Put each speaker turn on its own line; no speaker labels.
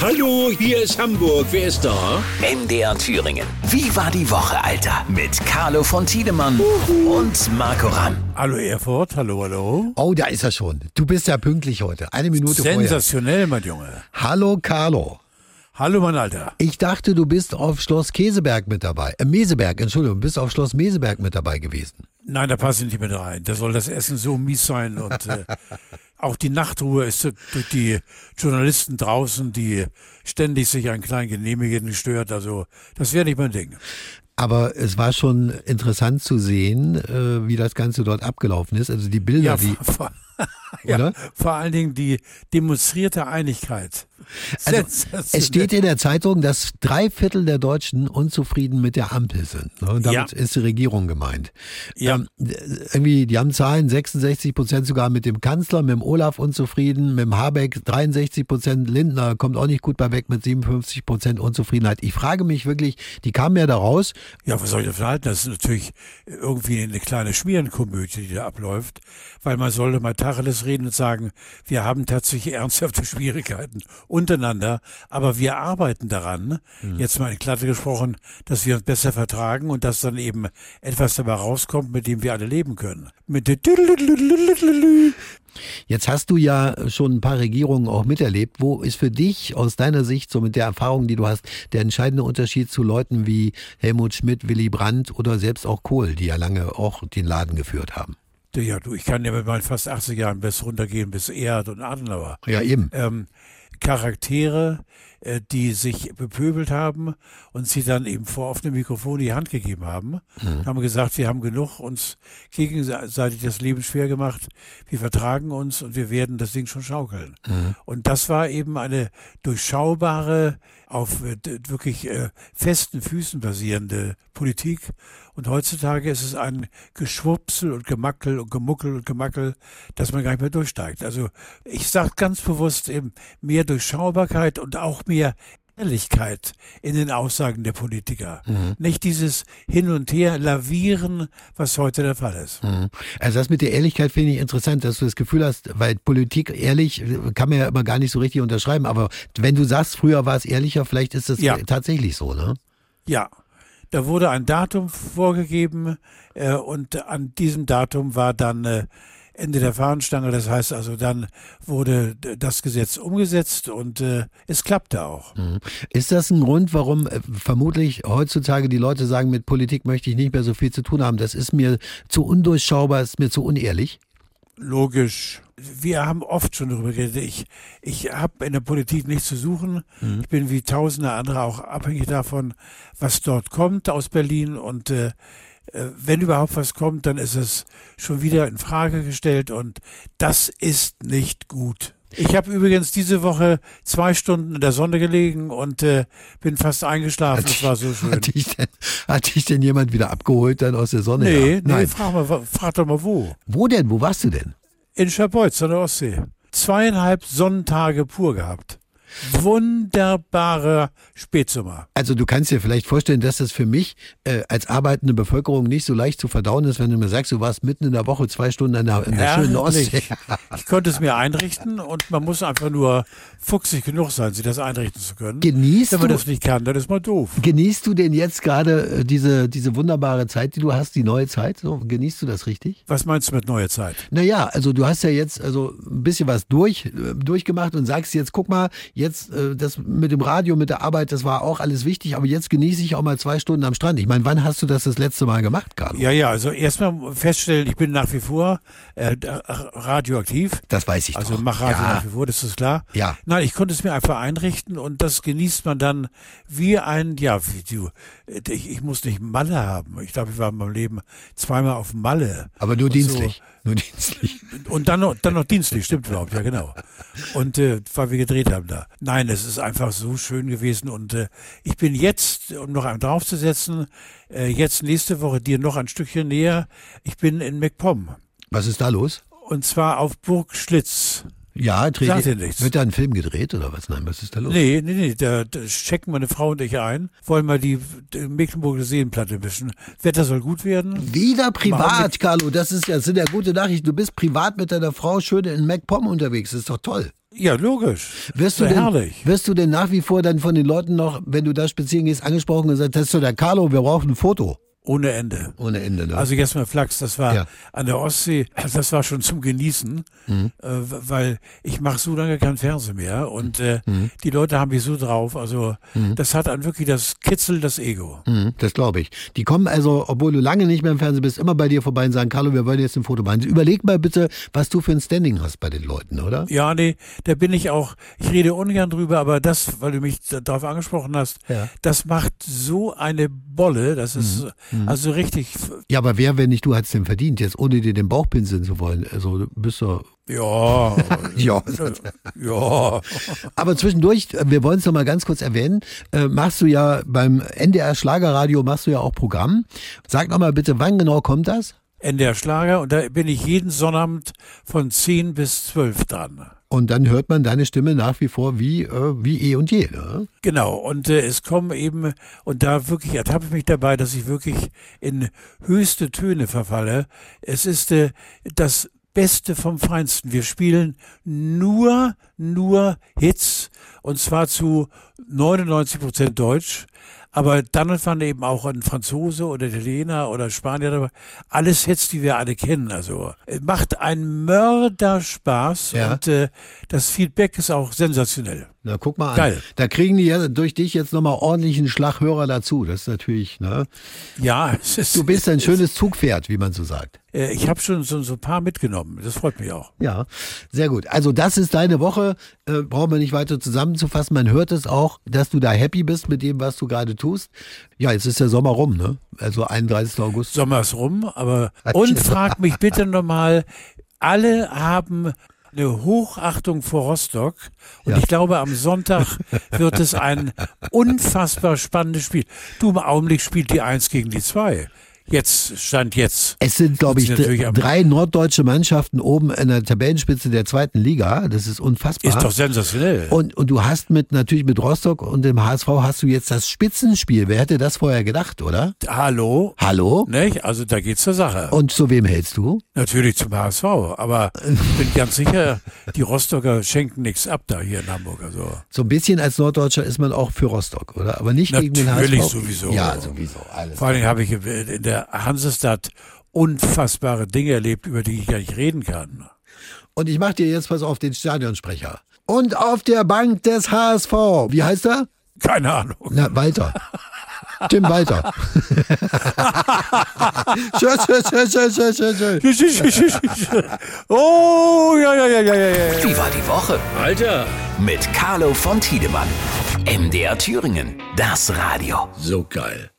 Hallo, hier ist Hamburg. Wer ist da?
MDR Thüringen. Wie war die Woche, Alter? Mit Carlo von Tiedemann und Marco Ramm.
Hallo Erfurt, hallo, hallo.
Oh, da ist er schon. Du bist ja pünktlich heute. Eine Minute vorher.
Sensationell, mein Junge.
Hallo Carlo.
Hallo, mein Alter.
Ich dachte, du bist auf Schloss Käseberg mit dabei. Äh, Meseberg, Entschuldigung, bist auf Schloss Meseberg mit dabei gewesen.
Nein, da passe ich nicht mehr rein. Da soll das Essen so mies sein. Und äh, auch die Nachtruhe ist so- durch die Journalisten draußen, die ständig sich an kleinen Genehmigungen stört. Also, das wäre nicht mein Ding.
Aber es war schon interessant zu sehen, äh, wie das Ganze dort abgelaufen ist. Also die Bilder, die.
vor, ja,
Oder?
vor allen Dingen die demonstrierte Einigkeit.
Also, es steht in der Zeitung, dass drei Viertel der Deutschen unzufrieden mit der Ampel sind. Ne? Und damit
Ja.
ist die Regierung gemeint.
Ja.
Ähm, d- irgendwie, die haben Zahlen, 66 Prozent sogar mit dem Kanzler, mit dem Olaf unzufrieden, mit dem Habeck 63 Prozent, Lindner kommt auch nicht gut bei weg mit 57 Prozent Unzufriedenheit. Ich frage mich wirklich, die kamen ja da raus.
Ja, was soll ich davon halten? Das ist natürlich irgendwie eine kleine Schmierenkomödie, die da abläuft, weil man sollte mal Tacheles reden und sagen, wir haben tatsächlich ernsthafte Schwierigkeiten untereinander, aber wir arbeiten daran, jetzt mal in Klatte gesprochen, dass wir uns besser vertragen und dass dann eben etwas dabei rauskommt, mit dem wir alle leben können. Mit der Tüdelüdelüdelüdelü.
Jetzt hast du ja schon ein paar Regierungen auch miterlebt. Wo ist für dich aus deiner Sicht, so mit der Erfahrung, die du hast, der entscheidende Unterschied zu Leuten wie Helmut Schmidt, Willy Brandt oder selbst auch Kohl, die ja lange auch den Laden geführt haben?
Ja, du, ich kann ja mit meinen fast 80 Jahren bis runtergehen bis Erhard und Adenauer.
Ja, eben.
ähm, Charaktere, äh, die sich bepöbelt haben und sie dann eben vor offenem Mikrofon die Hand gegeben haben, haben gesagt, wir haben genug uns gegenseitig das Leben schwer gemacht, wir vertragen uns und wir werden das Ding schon schaukeln. Und das war eben eine durchschaubare, auf äh, d- wirklich äh, festen Füßen basierende Politik. Und heutzutage ist es ein Geschwupsel und Gemackel und Gemuckel und Gemackel, dass man gar nicht mehr durchsteigt. Also ich sage ganz bewusst eben mehr Durchschaubarkeit und auch mehr Ehrlichkeit in den Aussagen der Politiker. Nicht dieses Hin und Her lavieren, was heute der Fall ist.
Mhm. Also das mit der Ehrlichkeit finde ich interessant, dass du das Gefühl hast, weil Politik ehrlich äh, kann man ja immer gar nicht so richtig unterschreiben, aber wenn du sagst, früher war es ehrlicher, vielleicht ist es
Ja.
tatsächlich so, ne?
Ja, da wurde ein Datum vorgegeben äh, und an diesem Datum war dann äh, Ende der Fahnenstange. Das heißt also, dann wurde d- das Gesetz umgesetzt und äh, es klappte auch.
Mhm. Ist das ein Grund, warum äh, vermutlich heutzutage die Leute sagen, mit Politik möchte ich nicht mehr so viel zu tun haben, das ist mir zu undurchschaubar, ist mir zu unehrlich?
Logisch. Wir haben oft schon darüber geredet. Ich, ich habe in der Politik nichts zu suchen.
Mhm.
Ich bin wie tausende andere auch abhängig davon, was dort kommt aus Berlin. Und äh, äh, wenn überhaupt was kommt, dann ist es schon wieder in Frage gestellt. Und das ist nicht gut. Ich habe übrigens diese Woche zwei Stunden in der Sonne gelegen und äh, bin fast eingeschlafen. Das war so schön.
Hat dich denn, hat dich denn jemand wieder abgeholt dann aus der Sonne?
Nee,
Ja.
nee,
Nein.
frag, mal, frag doch mal wo.
Wo denn? Wo warst du denn?
in Schabolz an der Ostsee. Zweieinhalb Sonnentage pur gehabt. Wunderbarer Spätsommer.
Also du kannst dir vielleicht vorstellen, dass das für mich äh, als arbeitende Bevölkerung nicht so leicht zu verdauen ist, wenn du mir sagst, du warst mitten in der Woche zwei Stunden an der, in der schönen
Herrlich.
Ostsee.
Ich konnte es mir einrichten und man muss einfach nur fuchsig genug sein, sich das einrichten zu können.
Genießt
Wenn man
du-
das nicht kann, dann ist man doof.
Genießt du denn jetzt gerade äh, diese, diese wunderbare Zeit, die du hast, die neue Zeit? So, genießt du das richtig?
Was meinst du mit neuer Zeit?
Naja, also du hast ja jetzt also ein bisschen was durch, äh, durchgemacht und sagst jetzt, guck mal, jetzt äh, das mit dem Radio, mit der Arbeit, das war auch alles wichtig, aber jetzt genieße ich auch mal zwei Stunden am Strand. Ich meine, wann hast du das das letzte Mal gemacht, Carlo?
Ja, ja, also erstmal feststellen, ich bin nach wie vor äh, da- radioaktiv.
Das weiß ich
Also
doch.
mach Radio nach wie vor, das ist klar.
Ja.
Nein, ich konnte es mir einfach einrichten und das genießt man dann wie ein, ja, wie du, äh, ich, ich muss nicht Malle haben. Ich glaube, ich war in meinem Leben zweimal auf Malle.
Aber nur
Und so.
dienstlich. Nur dienstlich.
Und dann noch, dann noch dienstlich, stimmt überhaupt, ja genau. Und äh, weil wir gedreht haben da. Nein, es ist einfach so schön gewesen und äh, ich bin jetzt, um noch einen draufzusetzen, äh, jetzt nächste Woche dir noch ein Stückchen näher, ich bin in MacPom.
Was ist da los?
Und zwar auf Burg Schlitz.
Ja, dreht,
Sagt ihr nichts.
wird da ein Film gedreht oder was? Nein, was ist da los?
Nee, nee, nee, da, da checken meine Frau und ich ein, wollen mal die, die Mecklenburger Seenplatte wischen. Wetter soll gut werden.
Wieder
Warum
privat, Carlo. Das ist ja, sind ja gute Nachrichten. Du bist privat mit deiner Frau schön in MacPom unterwegs. Das ist doch toll.
Ja, logisch.
Wirst du,
Sehr
denn,
herrlich.
wirst du denn nach wie vor dann von den Leuten noch, wenn du da spazieren gehst, angesprochen und gesagt, das ist doch der Carlo, wir brauchen ein Foto?
Ohne Ende.
Ohne Ende, ne?
Also jetzt mal Flachs, das war
Ja.
an der Ostsee, das war schon zum Genießen,
Mhm.
äh, weil ich mache so lange kein Fernsehen mehr und äh,
Mhm.
die Leute haben mich so drauf. Also das hat dann wirklich das Kitzel das Ego.
Mhm, Das glaube ich. Die kommen also, obwohl du lange nicht mehr im Fernsehen bist, immer bei dir vorbei und sagen, Carlo, wir wollen jetzt ein Foto machen. Also Überleg mal bitte, was du für ein Standing hast bei den Leuten, oder?
Ja, nee, da bin ich auch, ich rede ungern drüber, aber das, weil du mich da- darauf angesprochen hast,
Ja.
das macht so eine Bolle, das ist also richtig, f-
Ja, aber wer, wenn nicht du, hat's denn verdient, jetzt ohne dir den Bauch pinseln zu wollen? Also, du bist du...
ja,
Ja.
ja.
Aber zwischendurch, äh, wir wollen es noch mal ganz kurz erwähnen, äh, machst du ja beim NDR Schlagerradio, machst du ja auch Programm. Sag noch mal bitte, wann genau kommt das?
NDR Schlager und da bin ich jeden Sonnabend von 10 bis 12 dran.
Und dann hört man deine Stimme nach wie vor wie, äh, wie eh und je. Ne?
Genau, und äh, es kommen eben, und da wirklich ertappe ich mich dabei, dass ich wirklich in höchste Töne verfalle. Es ist äh, das Beste vom Feinsten. Wir spielen nur, nur Hits, und zwar zu 99 Prozent Deutsch, aber dann und wann eben auch ein Franzose oder Italiener oder Spanier dabei. Alles Hits, die wir alle kennen. Also äh, macht einen Mörderspaß
Ja.
und äh, das Feedback ist auch sensationell.
Na, guck mal an.
Geil.
Da kriegen die ja durch dich jetzt nochmal ordentlichen Schlaghörer dazu. Das ist natürlich, ne?
Ja, es ist.
Du bist ein schönes Zugpferd, wie man so sagt.
Äh, Ich habe schon so, so ein paar mitgenommen. Das freut mich auch.
Ja, sehr gut. Also das ist deine Woche. Äh, brauchen wir nicht weiter zusammenzufassen. Man hört es auch, dass du da happy bist mit dem, was du gerade tust. Ja, jetzt ist der Sommer rum, ne? Also 31. August.
Sommer ist rum, aber. Und frag mich bitte nochmal. Alle haben eine Hochachtung vor Rostock. Und
Ja.
ich glaube, am Sonntag wird es ein unfassbar spannendes Spiel. Du, im Augenblick spielt die Eins gegen die Zwei. Jetzt, Stand jetzt.
Es sind, glaube ich,
Sind sie natürlich
dr-
am-
drei norddeutsche Mannschaften oben in der Tabellenspitze der zweiten Liga. Das ist unfassbar.
Ist doch sensationell.
und, und du hast mit natürlich mit Rostock und dem HSV hast du jetzt das Spitzenspiel. Wer hätte das vorher gedacht, oder?
Hallo?
Hallo?
Nicht? Also da geht's zur Sache.
Und zu wem hältst du?
Natürlich zum HSV, aber ich bin ganz sicher, die Rostocker schenken nichts ab da hier in Hamburg. Also.
So ein bisschen als Norddeutscher ist man auch für Rostock, oder? Aber nicht gegen den HSV.
Natürlich sowieso.
Ja, sowieso. Alles.
Vor allen Dingen habe ich in der Hansestadt unfassbare Dinge erlebt, über die ich gar nicht reden kann.
Und ich mache dir jetzt was auf den Stadionsprecher. Und auf der Bank des HSV. Wie heißt er?
Keine Ahnung.
Na, Walter. Tim Walter. schön, schön, schön, schön, schön, schön, schön.
Oh, ja, ja, ja, ja, ja. ja.
Wie war die Woche?
Alter,
Mit Carlo von Tiedemann. MDR Thüringen. Das Radio.
so geil.